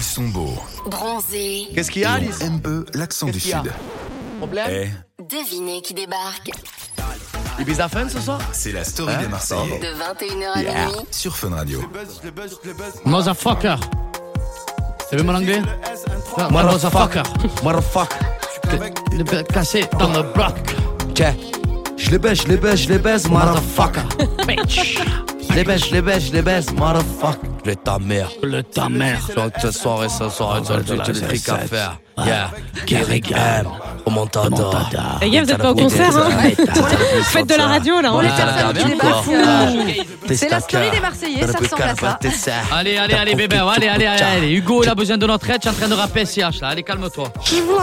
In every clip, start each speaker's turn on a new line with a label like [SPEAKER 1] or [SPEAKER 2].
[SPEAKER 1] sont beaux.
[SPEAKER 2] Bronzé,
[SPEAKER 3] Qu'est-ce qu'il y a, Alice
[SPEAKER 1] Ils ont un peu l'accent
[SPEAKER 3] Qu'est-ce
[SPEAKER 1] du
[SPEAKER 3] qu'il y a
[SPEAKER 1] Sud.
[SPEAKER 3] Problème
[SPEAKER 1] Eh,
[SPEAKER 2] devinez qui débarque
[SPEAKER 3] Ibiza Fun ce soir
[SPEAKER 1] c'est la story
[SPEAKER 3] Hein
[SPEAKER 1] des Marseillais.
[SPEAKER 2] de 21h à
[SPEAKER 1] Yeah.
[SPEAKER 2] minuit
[SPEAKER 1] Sur Fun Radio.
[SPEAKER 4] Motherfucker. T'as vu mon anglais Ouais, Motherfucker.
[SPEAKER 3] Motherfuck.
[SPEAKER 4] Le bec cassé dans le bloc.
[SPEAKER 3] Tiens. Je les baisse, je les baisse, je les baisse, motherfucker.
[SPEAKER 4] Bitch.
[SPEAKER 3] Je les baisse, je les baisse, je les baisse, motherfucker. Je vais ta mère.
[SPEAKER 4] Le ta mère.
[SPEAKER 3] Donc ce soir et ce soir, tu as le truc à faire. Yeah.
[SPEAKER 4] Kerry
[SPEAKER 3] M. Remontada.
[SPEAKER 5] Les gars, vous êtes pas au concert, hein Faites de la radio, là, hein.
[SPEAKER 3] Ouais,
[SPEAKER 5] Les personnes
[SPEAKER 3] bien
[SPEAKER 5] qui
[SPEAKER 3] quoi.
[SPEAKER 6] C'est la
[SPEAKER 3] Testacard.
[SPEAKER 6] story des Marseillais, ça ressemble à ça.
[SPEAKER 4] Allez, allez, allez, bébé, allez, allez, allez, allez. Hugo, il a besoin de notre aide, je suis en train de rapper SCH, là. Allez, calme-toi.
[SPEAKER 3] Ah.
[SPEAKER 6] Hugo,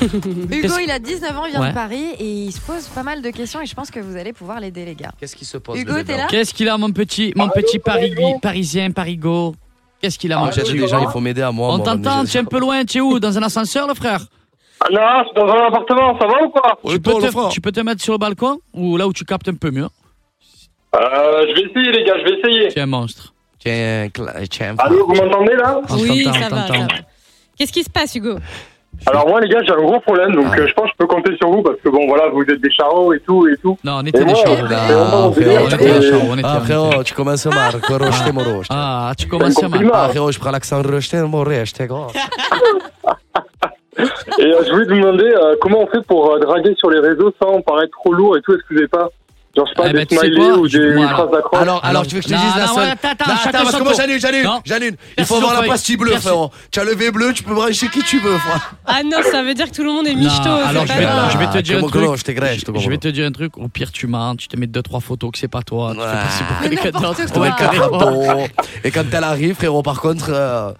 [SPEAKER 4] Qu'est-ce-
[SPEAKER 6] il a 19 ans, il vient
[SPEAKER 4] Ouais.
[SPEAKER 6] de Paris et il se pose pas mal de questions et je pense que vous allez pouvoir l'aider, les gars.
[SPEAKER 3] Qu'est-ce qui se passe
[SPEAKER 6] Hugo, t'es là
[SPEAKER 4] Qu'est-ce qu'il a, mon petit, mon petit Pari- parisien, parigo Qu'est-ce
[SPEAKER 3] Ah,
[SPEAKER 4] qu'il a, mon petit
[SPEAKER 3] des gens, il faut m'aider à moi.
[SPEAKER 4] On
[SPEAKER 3] moi,
[SPEAKER 4] t'entend,
[SPEAKER 3] mais
[SPEAKER 4] tu es un peu loin, tu es où Dans un ascenseur, le frère
[SPEAKER 7] Ah non, je suis dans un appartement, ça va ou pas
[SPEAKER 3] Oui,
[SPEAKER 4] tu, peux
[SPEAKER 3] bon, le frère.
[SPEAKER 4] te, tu peux te mettre sur le balcon ou là où tu captes un peu mieux
[SPEAKER 7] euh, Je vais essayer, les gars, je vais essayer.
[SPEAKER 4] Tu es un monstre.
[SPEAKER 3] Tiens, cla- tiens.
[SPEAKER 7] Allô, vous m'entendez là
[SPEAKER 4] On
[SPEAKER 5] Ah, Oui,
[SPEAKER 4] t'entend,
[SPEAKER 5] ça
[SPEAKER 4] on
[SPEAKER 5] va, ça
[SPEAKER 4] t'entend.
[SPEAKER 5] va. Qu'est-ce qui se passe, Hugo
[SPEAKER 7] Alors moi, les gars, j'ai un gros problème, donc euh, je pense que je peux compter sur vous parce que bon, voilà, vous êtes des charros et tout et tout.
[SPEAKER 4] Non, on était
[SPEAKER 7] Et
[SPEAKER 4] des
[SPEAKER 7] moi,
[SPEAKER 4] chauves,
[SPEAKER 7] euh,
[SPEAKER 4] là.
[SPEAKER 3] Ah,
[SPEAKER 7] vraiment,
[SPEAKER 3] frère,
[SPEAKER 7] délire.
[SPEAKER 4] On était des
[SPEAKER 3] euh,
[SPEAKER 4] chauves, on était
[SPEAKER 3] Ah,
[SPEAKER 4] on était-
[SPEAKER 3] frérot, tu commences mal. Quoi, rejeter mon roche.
[SPEAKER 4] Ah, tu
[SPEAKER 7] C'est un
[SPEAKER 4] commences à mal.
[SPEAKER 7] compliment.
[SPEAKER 3] Ah, frérot, je prends l'accent de rejeter mon rejeter, gros.
[SPEAKER 7] Et euh, je voulais vous demander euh, comment on fait pour euh, draguer sur les réseaux sans paraître trop lourd et tout, excusez pas. Genre, je sais pas,
[SPEAKER 4] Eh
[SPEAKER 7] des
[SPEAKER 4] ben, tu sais
[SPEAKER 7] smileys
[SPEAKER 4] quoi
[SPEAKER 7] ou des
[SPEAKER 4] Moi, alors-
[SPEAKER 7] traces d'accroche.
[SPEAKER 3] Alors, alors, tu veux que je te
[SPEAKER 4] Non,
[SPEAKER 3] dise la
[SPEAKER 4] non,
[SPEAKER 3] seule
[SPEAKER 4] ouais, attends, attends,
[SPEAKER 3] Non,
[SPEAKER 4] chacun
[SPEAKER 3] parce
[SPEAKER 4] son
[SPEAKER 3] que moi
[SPEAKER 4] tour.
[SPEAKER 3] j'allume, j'allume,
[SPEAKER 4] Non.
[SPEAKER 3] j'allume. Il
[SPEAKER 4] Personne
[SPEAKER 3] faut avoir la
[SPEAKER 4] feuille.
[SPEAKER 3] pastille bleue,
[SPEAKER 4] Personne.
[SPEAKER 3] frérot. Tu as le V bleu, tu peux brancher qui tu veux, frère.
[SPEAKER 5] Ah non, ça veut dire que tout le monde est
[SPEAKER 4] Non,
[SPEAKER 5] michto.
[SPEAKER 4] alors
[SPEAKER 5] c'est
[SPEAKER 4] je
[SPEAKER 5] pas
[SPEAKER 4] vais,
[SPEAKER 5] grave.
[SPEAKER 4] je vais te
[SPEAKER 3] Ah,
[SPEAKER 4] dire un
[SPEAKER 3] comment
[SPEAKER 4] truc.
[SPEAKER 3] comment je te grèche, je te
[SPEAKER 4] je vais
[SPEAKER 3] comprends.
[SPEAKER 4] te dire un truc. Au pire, tu mens, tu te mets deux trois photos que c'est pas toi. Tu fais passer pour
[SPEAKER 6] Mais
[SPEAKER 4] quelqu'un
[SPEAKER 6] n'importe
[SPEAKER 4] d'autre.
[SPEAKER 6] quoi.
[SPEAKER 4] Ouais,
[SPEAKER 6] Ah,
[SPEAKER 4] carrément.
[SPEAKER 3] Bon. Et quand elle arrive, frérot, par contre. euh,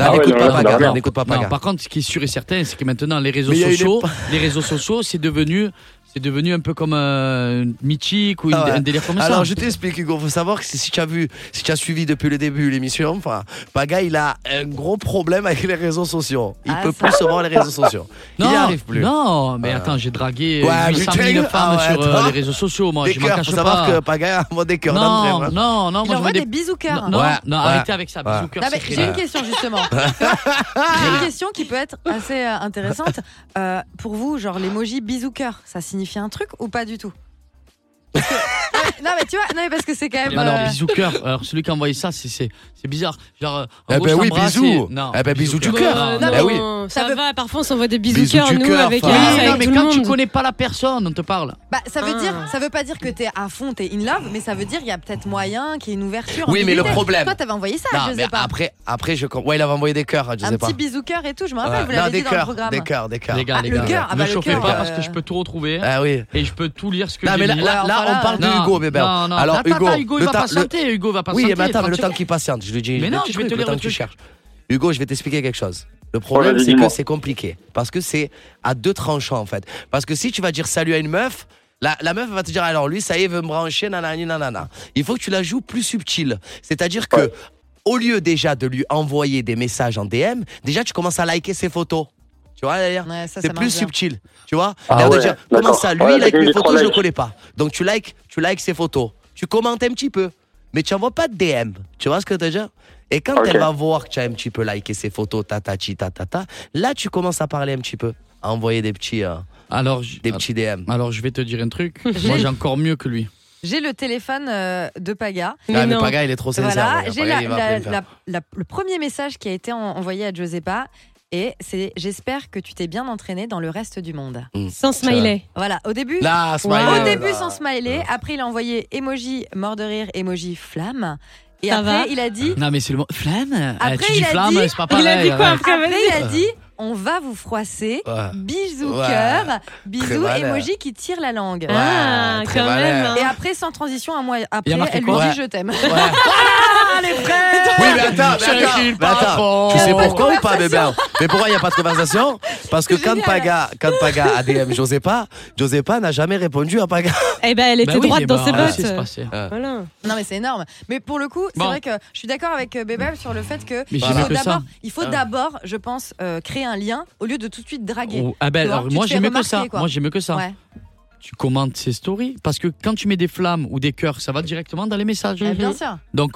[SPEAKER 7] Ah
[SPEAKER 3] Non,
[SPEAKER 7] ouais,
[SPEAKER 3] n'écoute
[SPEAKER 7] non,
[SPEAKER 3] pas
[SPEAKER 7] non,
[SPEAKER 3] Paga,
[SPEAKER 7] non,
[SPEAKER 3] non,
[SPEAKER 7] non.
[SPEAKER 3] n'écoute pas
[SPEAKER 4] Non,
[SPEAKER 3] Paga.
[SPEAKER 4] par contre, ce qui est sûr et certain, c'est que maintenant les réseaux
[SPEAKER 3] Mais il y a une
[SPEAKER 4] sociaux,
[SPEAKER 3] épa-
[SPEAKER 4] les réseaux sociaux, c'est devenu, c'est devenu un peu comme euh, une mythique ou une-
[SPEAKER 3] Ah ouais.
[SPEAKER 4] un délire comme
[SPEAKER 3] Alors, je
[SPEAKER 4] ça.
[SPEAKER 3] t'explique, Hugo. Faut savoir que si tu as vu, si tu as suivi depuis le début l'émission, enfin, Paga, il a un gros problème avec les réseaux sociaux. Il
[SPEAKER 6] Ah,
[SPEAKER 3] peut
[SPEAKER 6] ça.
[SPEAKER 3] plus se voir les réseaux sociaux.
[SPEAKER 4] Non,
[SPEAKER 3] il n'y arrive plus.
[SPEAKER 4] non, mais
[SPEAKER 3] Ouais.
[SPEAKER 4] attends, j'ai dragué
[SPEAKER 3] Ouais,
[SPEAKER 4] 800
[SPEAKER 3] mais tu
[SPEAKER 4] 000
[SPEAKER 3] rigoles. Ah
[SPEAKER 4] femmes
[SPEAKER 3] ouais,
[SPEAKER 4] sur euh,
[SPEAKER 3] attends.
[SPEAKER 4] les réseaux sociaux, moi,
[SPEAKER 3] Des
[SPEAKER 4] je m'en
[SPEAKER 3] cœurs,
[SPEAKER 4] cache
[SPEAKER 3] faut savoir que
[SPEAKER 4] pas.
[SPEAKER 3] Paga a un mot des cœurs
[SPEAKER 4] non,
[SPEAKER 3] d'entrée,
[SPEAKER 4] non, non,
[SPEAKER 6] Il
[SPEAKER 4] moi je
[SPEAKER 6] envoie
[SPEAKER 4] mets
[SPEAKER 6] des
[SPEAKER 4] des...
[SPEAKER 6] bisous cœur.
[SPEAKER 4] Non, non,
[SPEAKER 3] Ouais,
[SPEAKER 4] non,
[SPEAKER 3] ouais.
[SPEAKER 4] arrêtez avec ça,
[SPEAKER 3] Ouais.
[SPEAKER 4] bisous cœur,
[SPEAKER 6] Non, mais
[SPEAKER 4] c'est
[SPEAKER 6] j'ai une
[SPEAKER 4] crétin.
[SPEAKER 6] question justement. j'ai une question qui peut être assez euh, intéressante. Euh, pour vous, genre l'emoji bisou cœur, ça signifie un truc ou pas du tout Parce que- Ah, Non mais tu vois, non mais parce que c'est quand même.
[SPEAKER 4] Alors,
[SPEAKER 6] euh,
[SPEAKER 4] bisous cœur. Alors, celui qui a envoyé ça, c'est- c'est c'est bizarre. Genre, euh, en
[SPEAKER 3] Eh
[SPEAKER 4] gros,
[SPEAKER 3] ben
[SPEAKER 4] je
[SPEAKER 3] oui,
[SPEAKER 4] t'embrasse
[SPEAKER 3] bisous.
[SPEAKER 4] et- Non,
[SPEAKER 3] Eh ben, bisous du cœur.
[SPEAKER 5] Euh,
[SPEAKER 4] Non,
[SPEAKER 5] non,
[SPEAKER 3] Bah oui.
[SPEAKER 5] mais
[SPEAKER 6] Ça
[SPEAKER 5] ça
[SPEAKER 6] veut-
[SPEAKER 5] va, parfois on s'envoie des bisous,
[SPEAKER 3] Bisous
[SPEAKER 5] cœur,
[SPEAKER 3] du
[SPEAKER 5] nous,
[SPEAKER 3] cœur,
[SPEAKER 5] avec,
[SPEAKER 3] enfin.
[SPEAKER 5] Alice,
[SPEAKER 3] Oui,
[SPEAKER 4] mais
[SPEAKER 5] avec tout
[SPEAKER 4] quand
[SPEAKER 5] le
[SPEAKER 4] tu
[SPEAKER 5] monde.
[SPEAKER 4] connais pas la personne, on te parle.
[SPEAKER 6] Bah, ça veut
[SPEAKER 5] Ah.
[SPEAKER 6] dire, ça veut pas dire que t'es à fond, t'es in love, mais ça veut dire il y a peut-être moyen qu'il y ait une ouverture.
[SPEAKER 3] Oui, mais le
[SPEAKER 6] ambiguïté.
[SPEAKER 3] problème-
[SPEAKER 6] Toi, t'avais envoyé ça,
[SPEAKER 3] Non,
[SPEAKER 6] je
[SPEAKER 3] mais
[SPEAKER 6] sais pas.
[SPEAKER 3] après, après, je comprends. Ouais, il avait envoyé des cœurs, je
[SPEAKER 6] un
[SPEAKER 3] sais pas.
[SPEAKER 6] petit bisou cœur et tout, je me rappelle,
[SPEAKER 3] Ouais.
[SPEAKER 6] vous
[SPEAKER 3] Non,
[SPEAKER 6] l'avez
[SPEAKER 3] des
[SPEAKER 6] dit dans le
[SPEAKER 3] cœurs,
[SPEAKER 6] programme.
[SPEAKER 3] des cœurs, des cœurs.
[SPEAKER 4] Les gars,
[SPEAKER 6] Ah,
[SPEAKER 4] les
[SPEAKER 6] le
[SPEAKER 4] gars,
[SPEAKER 6] cœur, ah
[SPEAKER 4] ne
[SPEAKER 6] bah, le
[SPEAKER 4] chauffez
[SPEAKER 6] cœur,
[SPEAKER 4] pas
[SPEAKER 6] euh.
[SPEAKER 4] parce que je peux tout retrouver hein,
[SPEAKER 3] Ah oui.
[SPEAKER 4] et je peux tout lire ce que
[SPEAKER 3] Non,
[SPEAKER 4] j'ai
[SPEAKER 3] mais là,
[SPEAKER 4] mis.
[SPEAKER 3] là,
[SPEAKER 6] Ouais,
[SPEAKER 3] là,
[SPEAKER 6] voilà.
[SPEAKER 3] on parle de
[SPEAKER 4] Non,
[SPEAKER 3] Hugo, bébé.
[SPEAKER 4] non, non.
[SPEAKER 3] Alors,
[SPEAKER 4] Attends,
[SPEAKER 3] Hugo,
[SPEAKER 4] attends, Hugo,
[SPEAKER 3] le
[SPEAKER 4] il va
[SPEAKER 3] temps-
[SPEAKER 4] patienter, Hugo va
[SPEAKER 3] le-
[SPEAKER 4] patienter.
[SPEAKER 3] Oui, mais attends, mais le
[SPEAKER 4] tranquille.
[SPEAKER 3] temps qu'il patiente, je lui dis.
[SPEAKER 4] Mais
[SPEAKER 3] le
[SPEAKER 4] non,
[SPEAKER 3] petit
[SPEAKER 4] je vais
[SPEAKER 3] truc,
[SPEAKER 4] te
[SPEAKER 3] le
[SPEAKER 4] lire
[SPEAKER 3] temps
[SPEAKER 4] le
[SPEAKER 3] que tu
[SPEAKER 4] truc.
[SPEAKER 3] cherches. Hugo, je vais t'expliquer quelque chose. Le problème,
[SPEAKER 7] vas-y,
[SPEAKER 3] c'est que
[SPEAKER 7] dis-moi.
[SPEAKER 3] c'est compliqué. Parce que c'est à deux tranchants, en fait. Parce que si tu vas dire salut à une meuf, la, la meuf va te dire alors lui, ça y est, veut me brancher, nanani, nanana. Il faut que tu la joues plus subtile. C'est-à-dire que,
[SPEAKER 7] Ouais.
[SPEAKER 3] au lieu déjà de lui envoyer des messages en DM, déjà tu commences à liker ses photos. Tu vois, d'ailleurs
[SPEAKER 6] Ouais, ça, ça
[SPEAKER 3] c'est
[SPEAKER 6] marche
[SPEAKER 3] plus
[SPEAKER 6] bien.
[SPEAKER 3] subtil, tu vois.
[SPEAKER 7] Ah
[SPEAKER 3] L'air de
[SPEAKER 7] ouais,
[SPEAKER 3] dire,
[SPEAKER 7] d'accord.
[SPEAKER 3] comment ça, lui,
[SPEAKER 7] Ouais,
[SPEAKER 3] il like
[SPEAKER 7] j'ai mis
[SPEAKER 3] mes
[SPEAKER 7] trois
[SPEAKER 3] photos, je le
[SPEAKER 7] likes.
[SPEAKER 3] connais pas. Donc tu likes, tu likes ses photos, tu commentes un petit peu, mais tu envoies pas de DM. Tu vois ce que je veux dire Et quand
[SPEAKER 7] Ok.
[SPEAKER 3] elle va voir que tu as un petit peu liké ses photos, ta ta chi, ta ta ta, là tu commences à parler un petit peu, à envoyer des petits, euh,
[SPEAKER 4] Alors, je-
[SPEAKER 3] des petits DM.
[SPEAKER 4] alors, je vais te dire un truc. Moi, j'ai encore mieux que lui.
[SPEAKER 6] J'ai le téléphone euh, de Paga.
[SPEAKER 5] Mais
[SPEAKER 3] Ah, mais
[SPEAKER 5] non.
[SPEAKER 3] Paga, il est trop sincère.
[SPEAKER 6] voilà,
[SPEAKER 3] Paga,
[SPEAKER 6] j'ai
[SPEAKER 3] Paga,
[SPEAKER 6] la-
[SPEAKER 3] il va
[SPEAKER 6] la-
[SPEAKER 3] plein faire.
[SPEAKER 6] la- la- le premier message qui a été en- envoyé à Giuseppa. Et c'est j'espère que tu t'es bien entraîné dans le reste du monde.
[SPEAKER 5] Sans smiley.
[SPEAKER 6] Voilà, au début,
[SPEAKER 3] Là, smiley,
[SPEAKER 6] au début
[SPEAKER 3] là.
[SPEAKER 6] sans smiley,
[SPEAKER 3] Ah.
[SPEAKER 6] après il a envoyé emoji mort de rire, emoji flamme, et
[SPEAKER 5] Ça
[SPEAKER 6] après
[SPEAKER 5] va
[SPEAKER 6] il a dit
[SPEAKER 4] Non, mais c'est le mot. Flamme Ah, Tu
[SPEAKER 6] Après,
[SPEAKER 4] dis
[SPEAKER 6] il a
[SPEAKER 4] flamme,
[SPEAKER 6] dit-
[SPEAKER 4] c'est pas
[SPEAKER 5] Il
[SPEAKER 4] pareil.
[SPEAKER 5] a dit quoi
[SPEAKER 4] ouais.
[SPEAKER 5] après
[SPEAKER 6] après
[SPEAKER 5] vas-y
[SPEAKER 6] il a dit on va vous froisser,
[SPEAKER 3] Ouais.
[SPEAKER 6] bisous
[SPEAKER 3] Ah. Ouais.
[SPEAKER 6] cœur, bisous
[SPEAKER 3] malin.
[SPEAKER 6] emoji qui tire la langue.
[SPEAKER 3] Ouais,
[SPEAKER 5] Ah,
[SPEAKER 3] très
[SPEAKER 5] quand
[SPEAKER 3] malin.
[SPEAKER 5] même. hein.
[SPEAKER 6] Et après sans transition un mois
[SPEAKER 4] Il
[SPEAKER 6] après
[SPEAKER 4] a marqué
[SPEAKER 6] elle lui
[SPEAKER 3] quoi
[SPEAKER 6] dit je t'aime.
[SPEAKER 3] Ouais.
[SPEAKER 5] Ah,
[SPEAKER 3] Oui, mais attends, mais attends,
[SPEAKER 4] Chacune
[SPEAKER 3] mais
[SPEAKER 4] par
[SPEAKER 3] attends.
[SPEAKER 4] rapport.
[SPEAKER 3] Tu sais
[SPEAKER 4] Il y a
[SPEAKER 3] pourquoi ou pas, bébé Mais pourquoi il n'y a pas de conversation Parce que
[SPEAKER 6] C'est
[SPEAKER 3] quand
[SPEAKER 6] génial.
[SPEAKER 3] Paga, quand Paga a DM Josépa, Josépa n'a jamais répondu à Paga.
[SPEAKER 5] Eh ben, elle
[SPEAKER 4] Bah
[SPEAKER 5] était
[SPEAKER 4] oui,
[SPEAKER 5] droite
[SPEAKER 4] mais
[SPEAKER 5] dans
[SPEAKER 4] bah,
[SPEAKER 5] ses
[SPEAKER 4] voilà, c'est ce qui s'est
[SPEAKER 5] bottes.
[SPEAKER 4] passé.
[SPEAKER 5] Voilà.
[SPEAKER 6] Non mais c'est énorme. Mais pour le coup, c'est
[SPEAKER 4] Bon.
[SPEAKER 6] vrai que je suis d'accord avec euh, Bébé sur le fait que
[SPEAKER 4] Mais
[SPEAKER 6] il
[SPEAKER 4] j'ai vu
[SPEAKER 6] faut
[SPEAKER 4] que ça. Ah.
[SPEAKER 6] d'abord, il faut d'abord, je pense, euh, créer un lien au lieu de tout de suite draguer.
[SPEAKER 4] Oh, Ah ben,
[SPEAKER 6] Tu vois,
[SPEAKER 4] alors,
[SPEAKER 6] tu
[SPEAKER 4] moi,
[SPEAKER 6] te
[SPEAKER 4] j'ai
[SPEAKER 6] fais
[SPEAKER 4] mieux que ça.
[SPEAKER 6] remarquer, quoi.
[SPEAKER 4] Moi, j'ai mieux que ça.
[SPEAKER 6] Ouais.
[SPEAKER 4] Tu commentes ses Mhm. stories parce que quand tu mets des flammes ou des cœurs, ça va directement dans les messages.
[SPEAKER 6] Eh, bien sûr.
[SPEAKER 4] Donc,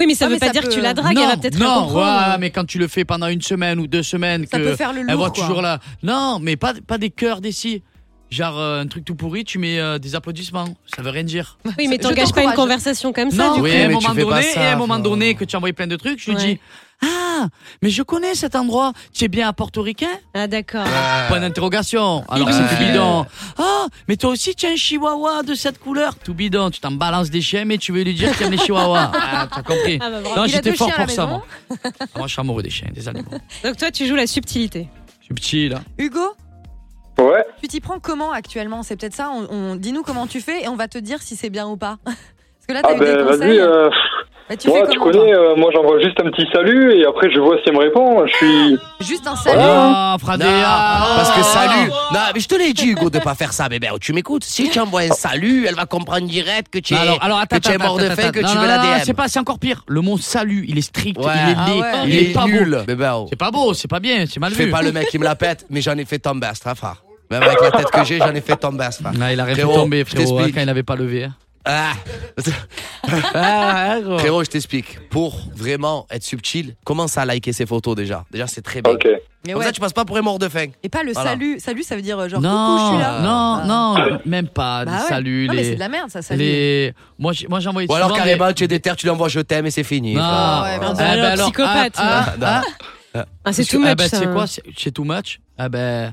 [SPEAKER 5] Oui, mais ça
[SPEAKER 6] Ouais,
[SPEAKER 5] veut
[SPEAKER 6] mais
[SPEAKER 5] pas
[SPEAKER 6] ça
[SPEAKER 5] dire que tu
[SPEAKER 6] peut-
[SPEAKER 5] la dragues,
[SPEAKER 4] non,
[SPEAKER 5] elle va peut-être
[SPEAKER 4] non,
[SPEAKER 5] comprendre.
[SPEAKER 4] ouais, mais quand tu le fais pendant une semaine ou deux semaines,
[SPEAKER 6] Ça
[SPEAKER 4] que
[SPEAKER 6] peut faire le
[SPEAKER 4] elle voit
[SPEAKER 6] lourd. quoi.
[SPEAKER 4] toujours là. Non, mais pas, pas des cœurs d'ici. Genre euh, un truc tout pourri, tu mets euh, des applaudissements. Ça veut rien dire.
[SPEAKER 5] Oui, mais
[SPEAKER 6] Je
[SPEAKER 5] t'engages pas une
[SPEAKER 6] t'encourage.
[SPEAKER 5] conversation comme ça,
[SPEAKER 4] non,
[SPEAKER 5] du coup.
[SPEAKER 4] oui,
[SPEAKER 3] coup.
[SPEAKER 4] à un
[SPEAKER 3] Mais tu
[SPEAKER 4] moment
[SPEAKER 3] fais pas
[SPEAKER 4] donné,
[SPEAKER 3] ça,
[SPEAKER 4] et à un moment
[SPEAKER 3] faut-
[SPEAKER 4] donné que tu as envoyé plein de trucs, je lui
[SPEAKER 5] Ouais.
[SPEAKER 4] dis Ah, mais je connais cet endroit. Tu es bien à Portoricain
[SPEAKER 5] Ah, d'accord.
[SPEAKER 4] Point d'interrogation. Alors c'est tout bidon. Ah, mais toi aussi tu as un chihuahua de cette couleur Tout bidon, tu t'en balances des chiens mais tu veux lui dire qu'il aime les chihuahuas. Ah, t'as compris.
[SPEAKER 5] Ah, bah, bravo.
[SPEAKER 4] Non,
[SPEAKER 6] Il a
[SPEAKER 4] j'étais
[SPEAKER 6] deux
[SPEAKER 4] fort
[SPEAKER 6] chiens à
[SPEAKER 4] pour
[SPEAKER 6] la
[SPEAKER 4] ça,
[SPEAKER 6] maison.
[SPEAKER 4] moi. Ah, Moi, je suis amoureux des chiens, des animaux.
[SPEAKER 5] Donc toi, tu joues la subtilité.
[SPEAKER 4] Je suis petit, là.
[SPEAKER 6] Hugo,
[SPEAKER 7] Ouais.
[SPEAKER 6] tu t'y prends comment actuellement C'est peut-être ça. On, on- Dis-nous comment tu fais et on va te dire si c'est bien ou pas. Parce que là, t'as
[SPEAKER 7] Ah
[SPEAKER 6] eu
[SPEAKER 7] ben
[SPEAKER 6] des conseils.
[SPEAKER 7] vas-y. euh,
[SPEAKER 6] Bah, tu
[SPEAKER 7] moi,
[SPEAKER 6] fais
[SPEAKER 7] tu
[SPEAKER 6] comment
[SPEAKER 7] connais. euh, moi, j'envoie juste un petit salut et après, je vois si elle me répond. Je suis.
[SPEAKER 6] toi Juste un
[SPEAKER 7] Ouais.
[SPEAKER 6] salut.
[SPEAKER 4] Ah, Fradé,
[SPEAKER 3] Non,
[SPEAKER 4] ah,
[SPEAKER 3] parce que
[SPEAKER 4] ah,
[SPEAKER 3] salut.
[SPEAKER 4] ah.
[SPEAKER 3] Non, mais je te l'ai dit, Hugo, de pas faire ça, bébé. Tu m'écoutes Si tu envoies un salut, elle va comprendre direct que tu es,
[SPEAKER 4] alors, alors, attends,
[SPEAKER 3] que tu es
[SPEAKER 4] attends,
[SPEAKER 3] mort de
[SPEAKER 4] attends,
[SPEAKER 3] faim, que
[SPEAKER 4] attends.
[SPEAKER 3] tu
[SPEAKER 4] Non,
[SPEAKER 3] veux
[SPEAKER 4] non, non,
[SPEAKER 3] la DM.
[SPEAKER 4] C'est pas, c'est encore pire. Le mot salut, il est strict,
[SPEAKER 3] Ouais.
[SPEAKER 4] il est
[SPEAKER 6] Ah
[SPEAKER 4] laid,
[SPEAKER 6] ouais.
[SPEAKER 4] il, est, pas beau.
[SPEAKER 3] nul, bébé. oh.
[SPEAKER 4] C'est pas beau, c'est pas bien, c'est mal
[SPEAKER 3] Je fais
[SPEAKER 4] vu.
[SPEAKER 3] pas le mec qui me la pète, mais j'en ai fait tomber, ce frère. Même avec la tête que j'ai, j'en ai fait tomber, ce frère.
[SPEAKER 4] Ah, il a réussi à
[SPEAKER 3] Frérot,
[SPEAKER 4] tomber,
[SPEAKER 3] je
[SPEAKER 4] frérot, hein,
[SPEAKER 3] t'explique.
[SPEAKER 4] quand il avait pas levé. hein.
[SPEAKER 3] Ah.
[SPEAKER 6] Ah,
[SPEAKER 3] Frérot, je t'explique. Pour vraiment être subtil, commence à liker ses photos déjà. Déjà, c'est très bien.
[SPEAKER 7] Ok. Ah,
[SPEAKER 6] Mais
[SPEAKER 3] Comme
[SPEAKER 6] ouais.
[SPEAKER 3] ça, tu passes pas pour un mort de faim.
[SPEAKER 6] Et pas le
[SPEAKER 3] Voilà.
[SPEAKER 6] salut. Salut, ça veut dire euh, genre
[SPEAKER 4] non,
[SPEAKER 6] coucou, je suis là. Ah.
[SPEAKER 4] non, non, même pas.
[SPEAKER 6] Bah ouais.
[SPEAKER 4] Salut,
[SPEAKER 6] Non, mais c'est
[SPEAKER 4] les.
[SPEAKER 6] de la merde, ça. Salut.
[SPEAKER 4] les... Moi, j'ai moi, j'ai envoyé
[SPEAKER 3] Ou alors,
[SPEAKER 4] souvent
[SPEAKER 3] carrément,
[SPEAKER 4] des-
[SPEAKER 3] tu es déter, tu lui envoies je t'aime et c'est fini.
[SPEAKER 4] Non,
[SPEAKER 3] Voilà.
[SPEAKER 6] ouais,
[SPEAKER 4] Ah,
[SPEAKER 6] mais
[SPEAKER 4] ben
[SPEAKER 5] alors,
[SPEAKER 4] alors,
[SPEAKER 5] psychopathe,
[SPEAKER 4] ah,
[SPEAKER 3] non.
[SPEAKER 4] ah,
[SPEAKER 5] Ah, c'est
[SPEAKER 4] parce
[SPEAKER 5] tout
[SPEAKER 4] que- ah,
[SPEAKER 5] match.
[SPEAKER 4] ben, C'est
[SPEAKER 6] euh.
[SPEAKER 4] quoi c'est- C'est too much Ah ben,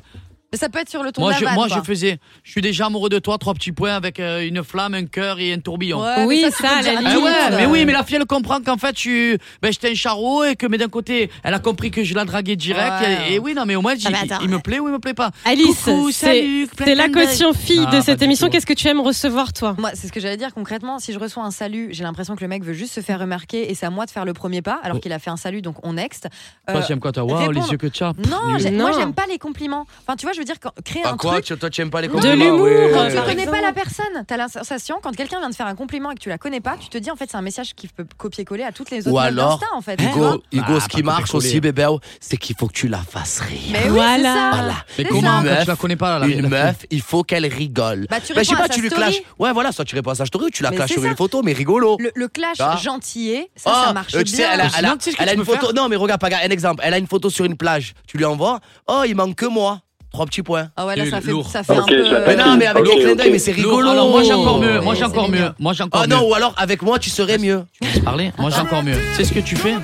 [SPEAKER 6] Mais ça peut être sur le ton
[SPEAKER 4] moi,
[SPEAKER 6] de la
[SPEAKER 4] je,
[SPEAKER 6] vanne,
[SPEAKER 4] moi
[SPEAKER 6] quoi.
[SPEAKER 4] je faisais. Je suis déjà amoureux de toi, trois petits points avec euh, une flamme, un cœur et un tourbillon.
[SPEAKER 6] Ouais, mais
[SPEAKER 5] Oui,
[SPEAKER 6] tu
[SPEAKER 5] ça,
[SPEAKER 6] peux
[SPEAKER 5] à
[SPEAKER 6] le
[SPEAKER 5] la
[SPEAKER 6] dire à
[SPEAKER 4] Ah
[SPEAKER 5] limite.
[SPEAKER 6] tout le
[SPEAKER 4] ouais,
[SPEAKER 6] monde.
[SPEAKER 4] mais oui, mais la fille elle comprend qu'en fait je, ben, j'étais un charreau et que mais d'un côté elle a compris que je la draguais direct
[SPEAKER 6] Ouais.
[SPEAKER 4] et, et oui non mais au moins j'ai-
[SPEAKER 5] Ah, mais attends.
[SPEAKER 4] il me plaît ou il me plaît pas.
[SPEAKER 5] Alice,
[SPEAKER 4] Coucou, salut,
[SPEAKER 5] c'est c'est la
[SPEAKER 4] plein d'œil.
[SPEAKER 5] caution fille
[SPEAKER 4] Ah,
[SPEAKER 5] de
[SPEAKER 4] pas
[SPEAKER 5] cette
[SPEAKER 4] du
[SPEAKER 5] émission.
[SPEAKER 4] tout.
[SPEAKER 5] Qu'est-ce que tu aimes recevoir, toi
[SPEAKER 6] Moi, c'est ce que j'allais dire concrètement. Si je reçois un salut, j'ai l'impression que le mec veut juste se faire remarquer et c'est à moi de faire le premier pas, alors qu'il a fait un salut, donc on next. Euh,
[SPEAKER 4] Toi j'aime quoi toi Waouh les
[SPEAKER 6] répondre.
[SPEAKER 4] yeux que tu as.
[SPEAKER 6] non, j'ai-
[SPEAKER 5] Non.
[SPEAKER 6] moi j'aime pas les compliments. Enfin, tu vois, je veux dire, quand- créer
[SPEAKER 3] Ah,
[SPEAKER 6] un
[SPEAKER 3] quoi
[SPEAKER 6] truc.
[SPEAKER 3] tu, euh, Toi, tu aimes pas les
[SPEAKER 5] De
[SPEAKER 3] compliments
[SPEAKER 5] l'humour,
[SPEAKER 3] oui.
[SPEAKER 5] quand
[SPEAKER 6] Tu
[SPEAKER 5] Par
[SPEAKER 6] connais
[SPEAKER 5] exemple.
[SPEAKER 6] pas la personne. T'as la sensation quand quelqu'un vient de faire un compliment et que tu la connais pas, tu te dis en fait c'est un message qui peut copier-coller à toutes les
[SPEAKER 3] Ou
[SPEAKER 6] autres meufs
[SPEAKER 3] alors,
[SPEAKER 6] d'Insta en fait. tu vois.
[SPEAKER 3] Hugo, Hugo,
[SPEAKER 4] Ah,
[SPEAKER 3] ce
[SPEAKER 4] pas
[SPEAKER 3] qui marche
[SPEAKER 4] copier-coller.
[SPEAKER 3] aussi, bébé, oh, c'est qu'il faut que tu la fasses rire.
[SPEAKER 6] Mais oui, c'est
[SPEAKER 5] Voilà.
[SPEAKER 6] ça.
[SPEAKER 3] Voilà.
[SPEAKER 4] Mais
[SPEAKER 6] C'est
[SPEAKER 4] comment
[SPEAKER 6] ça.
[SPEAKER 4] quand tu la connais pas là, la-
[SPEAKER 3] Une
[SPEAKER 4] la-
[SPEAKER 3] meuf, il faut qu'elle rigole.
[SPEAKER 6] Bah, tu
[SPEAKER 3] Ben, je sais
[SPEAKER 6] réponds à
[SPEAKER 3] pas,
[SPEAKER 6] sa
[SPEAKER 3] tu lui
[SPEAKER 6] story.
[SPEAKER 3] clashes. Ouais, voilà, soit tu réponds à ça, je te rue, tu la
[SPEAKER 6] Mais
[SPEAKER 3] clashes
[SPEAKER 6] c'est
[SPEAKER 3] sur
[SPEAKER 6] ça.
[SPEAKER 3] une photo, mais rigolo.
[SPEAKER 6] Le, le clash
[SPEAKER 3] Ah.
[SPEAKER 6] gentillet, ça,
[SPEAKER 3] Ah,
[SPEAKER 6] ça marche
[SPEAKER 3] euh, tu sais,
[SPEAKER 6] bien.
[SPEAKER 3] elle a,
[SPEAKER 4] Je
[SPEAKER 3] elle a-
[SPEAKER 4] me demande ce que
[SPEAKER 3] elle a
[SPEAKER 4] tu
[SPEAKER 3] une
[SPEAKER 4] peux
[SPEAKER 3] photo.
[SPEAKER 4] faire.
[SPEAKER 3] Non, mais regarde, regarde, un exemple. Elle a une photo sur une plage. Tu lui envoies. Oh, il manque que moi. Trois petits points.
[SPEAKER 6] Ah ouais, là, ça
[SPEAKER 4] Nul,
[SPEAKER 6] fait,
[SPEAKER 4] lourd.
[SPEAKER 6] ça fait
[SPEAKER 7] Ok,
[SPEAKER 6] un peu.
[SPEAKER 7] je
[SPEAKER 6] euh,
[SPEAKER 3] Mais
[SPEAKER 7] l'appelle.
[SPEAKER 3] non, mais avec
[SPEAKER 7] Ok,
[SPEAKER 3] le clin
[SPEAKER 7] ok.
[SPEAKER 3] d'œil, mais c'est rigolo.
[SPEAKER 4] Euh, Alors moi j'ai encore mieux, moi j'ai
[SPEAKER 6] C'est
[SPEAKER 4] encore
[SPEAKER 6] mignon.
[SPEAKER 4] mieux, moi j'ai encore
[SPEAKER 3] Oh
[SPEAKER 4] mieux.
[SPEAKER 3] non, ou alors avec moi, tu serais mieux.
[SPEAKER 4] Tu peux parler Moi j'ai encore mieux. C'est ce que tu fais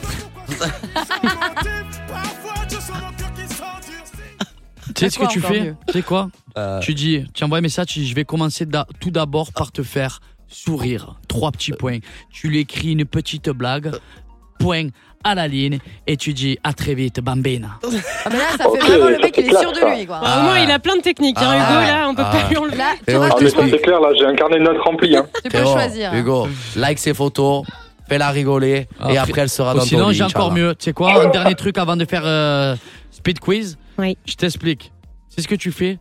[SPEAKER 4] Tu sais ce que
[SPEAKER 6] Pourquoi
[SPEAKER 4] tu
[SPEAKER 6] encore
[SPEAKER 4] fais
[SPEAKER 6] mieux
[SPEAKER 4] Tu sais quoi
[SPEAKER 3] Euh,
[SPEAKER 4] Tu dis, tu envoies un message, tu dis, je vais commencer d'a- tout d'abord par te faire sourire. Trois petits
[SPEAKER 3] Euh.
[SPEAKER 4] points. Tu lui écris une petite blague, point à la ligne, et tu dis, à très vite, bambina.
[SPEAKER 6] Ah, mais là, ça fait
[SPEAKER 7] Ok,
[SPEAKER 6] vraiment le
[SPEAKER 7] ça
[SPEAKER 6] mec, il est
[SPEAKER 7] claque,
[SPEAKER 6] sûr de
[SPEAKER 7] ça.
[SPEAKER 6] lui, quoi.
[SPEAKER 5] Bah, Au moins, il a plein de techniques. hein,
[SPEAKER 3] Ah,
[SPEAKER 5] Hugo, là, on peut
[SPEAKER 3] ah.
[SPEAKER 5] pas lui enlever.
[SPEAKER 6] Là, tu
[SPEAKER 3] Frérot,
[SPEAKER 6] vois,
[SPEAKER 7] Ah,
[SPEAKER 3] je
[SPEAKER 7] mais ça, c'est
[SPEAKER 3] t'explique.
[SPEAKER 7] clair, là, j'ai un carnet de notes rempli. Hein.
[SPEAKER 6] tu peux
[SPEAKER 3] Frérot,
[SPEAKER 6] choisir.
[SPEAKER 3] Hugo, like ses photos, fais la rigoler, et
[SPEAKER 4] Après-
[SPEAKER 3] après elle sera
[SPEAKER 4] Ah, Ou
[SPEAKER 3] dans ton
[SPEAKER 4] sinon,
[SPEAKER 3] lit,
[SPEAKER 4] j'ai encore
[SPEAKER 3] Inch'Allah.
[SPEAKER 4] mieux. Tu sais quoi Un dernier truc avant de faire euh, speed quiz.
[SPEAKER 5] Oui.
[SPEAKER 4] Je t'explique. C'est ce que tu fais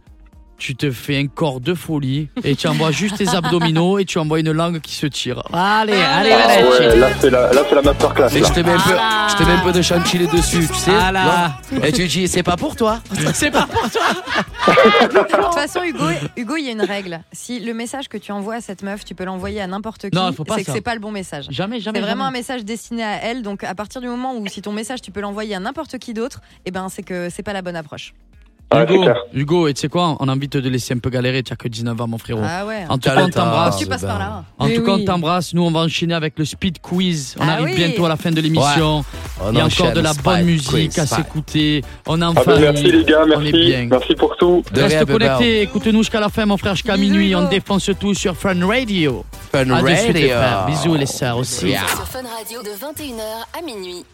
[SPEAKER 4] tu te fais un corps de folie et tu envoies juste tes abdominaux et tu envoies une langue qui se tire. Allez, allez,
[SPEAKER 7] Ah,
[SPEAKER 4] allez.
[SPEAKER 7] ouais, là, c'est la, là, c'est la masterclass.
[SPEAKER 3] Et je
[SPEAKER 7] Là.
[SPEAKER 3] te mets un peu, je te mets un peu de chantilly dessus, tu sais.
[SPEAKER 4] Ah là.
[SPEAKER 3] non Et tu dis, c'est pas pour toi.
[SPEAKER 4] C'est pas pour toi.
[SPEAKER 6] De toute façon, Hugo, Hugo, il y a une règle. Si le message que tu envoies à cette meuf, tu peux l'envoyer à n'importe qui,
[SPEAKER 4] Non, faut pas
[SPEAKER 6] c'est que
[SPEAKER 4] ça.
[SPEAKER 6] c'est pas le bon message.
[SPEAKER 4] Jamais, jamais.
[SPEAKER 6] C'est vraiment un
[SPEAKER 4] jamais.
[SPEAKER 6] message destiné à elle. Donc, à partir du moment où si ton message, tu peux l'envoyer à n'importe qui d'autre, eh ben, c'est que c'est pas la bonne approche.
[SPEAKER 7] Ouais, c'est
[SPEAKER 4] Hugo,
[SPEAKER 7] clair.
[SPEAKER 4] Hugo, et tu sais quoi On a envie de te laisser un peu galérer, tu as que 19 ans, mon frérot.
[SPEAKER 6] Ah ouais.
[SPEAKER 4] En tout cas, on
[SPEAKER 3] Calme-toi.
[SPEAKER 4] t'embrasse.
[SPEAKER 6] Tu passes par là.
[SPEAKER 4] En
[SPEAKER 5] Mais
[SPEAKER 4] tout cas, on
[SPEAKER 5] oui.
[SPEAKER 4] t'embrasse. Nous, on va enchaîner avec le speed quiz. On
[SPEAKER 6] Ah
[SPEAKER 4] arrive
[SPEAKER 6] oui.
[SPEAKER 4] bientôt à la fin de l'émission.
[SPEAKER 3] On
[SPEAKER 4] Il y a
[SPEAKER 3] enchaîne,
[SPEAKER 4] encore de la
[SPEAKER 3] Spike,
[SPEAKER 4] bonne musique
[SPEAKER 3] Quiz,
[SPEAKER 4] à
[SPEAKER 3] Spike.
[SPEAKER 4] s'écouter. On est en
[SPEAKER 7] Ah, ben, merci, les
[SPEAKER 4] famille.
[SPEAKER 7] gars,
[SPEAKER 4] On est bien.
[SPEAKER 7] merci. Merci pour tout.
[SPEAKER 3] De rien,
[SPEAKER 4] Reste
[SPEAKER 3] bébé.
[SPEAKER 4] connecté. Écoute-nous jusqu'à la fin, mon frère, jusqu'à
[SPEAKER 6] Bisous,
[SPEAKER 4] minuit.
[SPEAKER 6] Hugo.
[SPEAKER 4] On défonce tout sur Fun Radio.
[SPEAKER 3] Fun
[SPEAKER 4] À de suite, les
[SPEAKER 3] Radio.
[SPEAKER 4] frères. Bisous, les sœurs aussi.
[SPEAKER 3] Yeah.
[SPEAKER 2] Sur Fun Radio de 21h à minuit.